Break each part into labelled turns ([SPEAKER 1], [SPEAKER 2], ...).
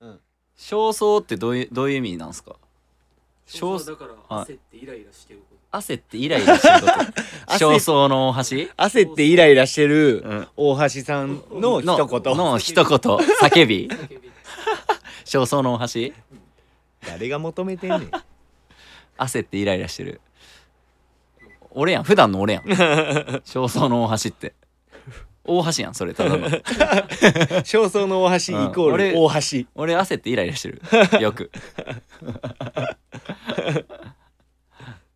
[SPEAKER 1] うん
[SPEAKER 2] 焦燥ってどういうどういう意味なんですか焦
[SPEAKER 3] 焦
[SPEAKER 2] 燥
[SPEAKER 3] 燥だから焦ってイライラしてるこ
[SPEAKER 2] 汗ってイライラしてること
[SPEAKER 1] 汗
[SPEAKER 2] 焦燥の大橋
[SPEAKER 1] 焦ってイライラしてる
[SPEAKER 2] うん
[SPEAKER 1] 大橋さんの一言
[SPEAKER 2] の一言叫
[SPEAKER 3] と
[SPEAKER 2] び
[SPEAKER 3] 叫び
[SPEAKER 2] 焦燥の大橋
[SPEAKER 1] 誰が求めてんねん
[SPEAKER 2] 焦ってイライラしてる俺やん普段の俺やん焦燥の大橋って大橋やんそれただの
[SPEAKER 1] 焦燥の大橋イ
[SPEAKER 2] う
[SPEAKER 1] コ
[SPEAKER 2] ん
[SPEAKER 1] ー
[SPEAKER 2] 俺
[SPEAKER 1] ル大橋
[SPEAKER 2] 俺焦ってイライラしてるよく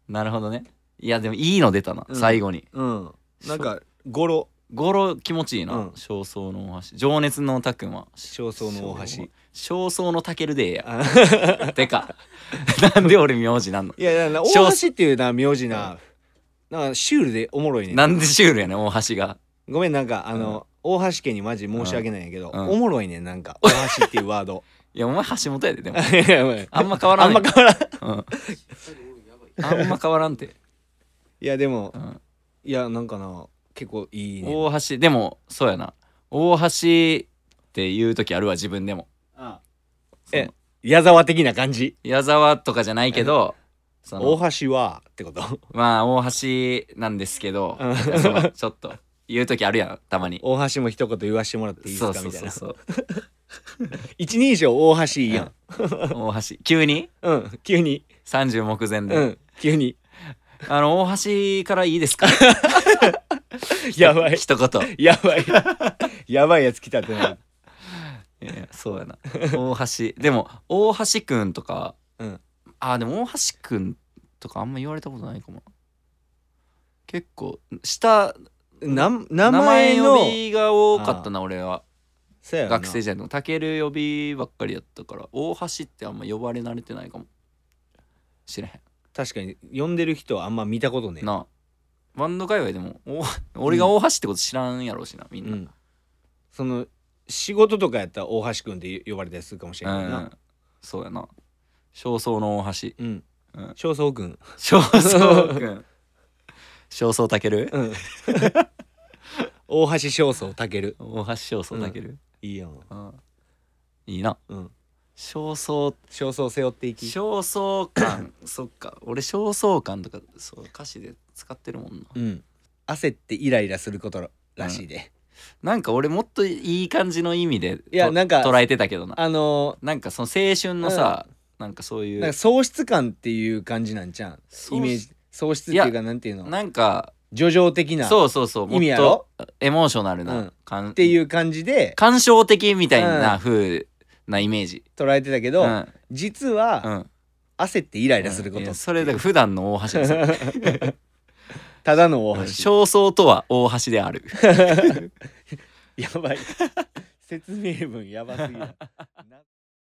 [SPEAKER 2] なるほどねいやでもいいの出たな、
[SPEAKER 1] うん
[SPEAKER 2] 最後に
[SPEAKER 1] うんなんか語呂
[SPEAKER 2] 語呂気持ちいいな、
[SPEAKER 1] うん
[SPEAKER 2] 焦燥の大橋情熱のたくんは
[SPEAKER 1] 焦燥の大橋
[SPEAKER 2] 焦燥のたけるでええや
[SPEAKER 1] あ
[SPEAKER 2] てかなんで俺名字なん の
[SPEAKER 1] いやだから
[SPEAKER 2] 小
[SPEAKER 1] 大橋っていうな名字ななんかシュールでおもろいねん
[SPEAKER 2] なんでシュールやねん大橋が
[SPEAKER 1] ごめんなんかあの大橋家にマジ申し訳ないんやけど
[SPEAKER 2] うん
[SPEAKER 1] おもろいねんなんか大橋っていうワード
[SPEAKER 2] いやお前橋本やででも
[SPEAKER 1] いやいやお前
[SPEAKER 2] あんま変わら
[SPEAKER 1] あ
[SPEAKER 2] ん
[SPEAKER 1] んま変わらん
[SPEAKER 2] うん
[SPEAKER 3] 最後俺やばい
[SPEAKER 2] あんま変わらんて、
[SPEAKER 1] いやでも
[SPEAKER 2] うん、
[SPEAKER 1] いやなんかな結構いいね
[SPEAKER 2] 大橋でもそうやな大橋って言う時あるわ自分でもその
[SPEAKER 1] え矢沢的な感じ
[SPEAKER 2] 矢沢とかじゃないけどその
[SPEAKER 1] 大橋はってこと
[SPEAKER 2] まあ大橋なんですけど
[SPEAKER 1] うん
[SPEAKER 2] いやそのちょっと言う時あるやんたまに
[SPEAKER 1] 大橋も一言言わしてもらっていいで
[SPEAKER 2] そ
[SPEAKER 1] す
[SPEAKER 2] うそ
[SPEAKER 1] か
[SPEAKER 2] う
[SPEAKER 1] みたい
[SPEAKER 2] そうそ
[SPEAKER 1] な
[SPEAKER 2] う
[SPEAKER 1] 一人称大橋いいやん
[SPEAKER 2] 大橋急に
[SPEAKER 1] うん急に
[SPEAKER 2] 30目前で、
[SPEAKER 1] うん急に
[SPEAKER 2] あの大橋からいいですか
[SPEAKER 1] やば い
[SPEAKER 2] 一言
[SPEAKER 1] やばい やばいやつ来たってなる
[SPEAKER 2] いやそうやな大橋でも大橋くんとか、
[SPEAKER 1] うん
[SPEAKER 2] あでも大橋くんとかあんま言われたことないかも結構下
[SPEAKER 1] なん
[SPEAKER 2] 名
[SPEAKER 1] 名
[SPEAKER 2] 前
[SPEAKER 1] 前の
[SPEAKER 2] 呼びが多かったな俺は
[SPEAKER 1] そうやろな
[SPEAKER 2] 学生時代のたける呼びばっかりやったから大橋ってあんま呼ばれ慣れてないかも知らへ
[SPEAKER 1] 確かに呼んでる人はあんま見たことね
[SPEAKER 2] んなあバンド界隈でもお俺が大 橋ってこと知らんやろうしなみん
[SPEAKER 1] う
[SPEAKER 2] な、
[SPEAKER 1] んその仕事とかやったら大橋くんって呼ばれたりするかもしれない
[SPEAKER 2] うん
[SPEAKER 1] な
[SPEAKER 2] そうやな焦燥の大橋
[SPEAKER 1] うん
[SPEAKER 2] うん
[SPEAKER 1] 焦燥くん
[SPEAKER 2] 焦燥くん焦燥たける
[SPEAKER 1] うん大橋焦燥たける
[SPEAKER 2] 大橋焦燥たける、
[SPEAKER 1] いいやん
[SPEAKER 2] うんいいな
[SPEAKER 1] うん
[SPEAKER 2] 焦燥
[SPEAKER 1] 焦燥背負っていき
[SPEAKER 2] 焦燥 感そっか俺焦燥感とかそう歌詞で使ってるもんな
[SPEAKER 1] うん焦ってイライラすることらしいで、
[SPEAKER 2] なんか俺もっといい感じの意味で
[SPEAKER 1] いや
[SPEAKER 2] と
[SPEAKER 1] なんか
[SPEAKER 2] 捉えてたけどな
[SPEAKER 1] あの
[SPEAKER 2] なんかその青春のさ、なんかそうい
[SPEAKER 1] ー
[SPEAKER 2] う
[SPEAKER 1] なん
[SPEAKER 2] な
[SPEAKER 1] か喪失感っていう感じなんじゃん
[SPEAKER 2] 喪失
[SPEAKER 1] イメージ喪失っていうかなんていうの
[SPEAKER 2] んか
[SPEAKER 1] 叙情的な
[SPEAKER 2] そうそうそうも
[SPEAKER 1] 意味
[SPEAKER 2] っ
[SPEAKER 1] や
[SPEAKER 2] と
[SPEAKER 1] ろ
[SPEAKER 2] エモーショナル
[SPEAKER 1] う
[SPEAKER 2] なん感、
[SPEAKER 1] っていう感じで
[SPEAKER 2] 感傷的みたいな風なイメージ、
[SPEAKER 1] 捉えてたけ
[SPEAKER 2] う
[SPEAKER 1] ど、
[SPEAKER 2] んうん
[SPEAKER 1] 実は焦ってイライラするこ
[SPEAKER 2] い
[SPEAKER 1] と、
[SPEAKER 2] やそれだから普段の大橋ですよ
[SPEAKER 1] ただ の大橋、
[SPEAKER 2] 焦燥とは大橋である
[SPEAKER 1] やばい説明文やばすぎる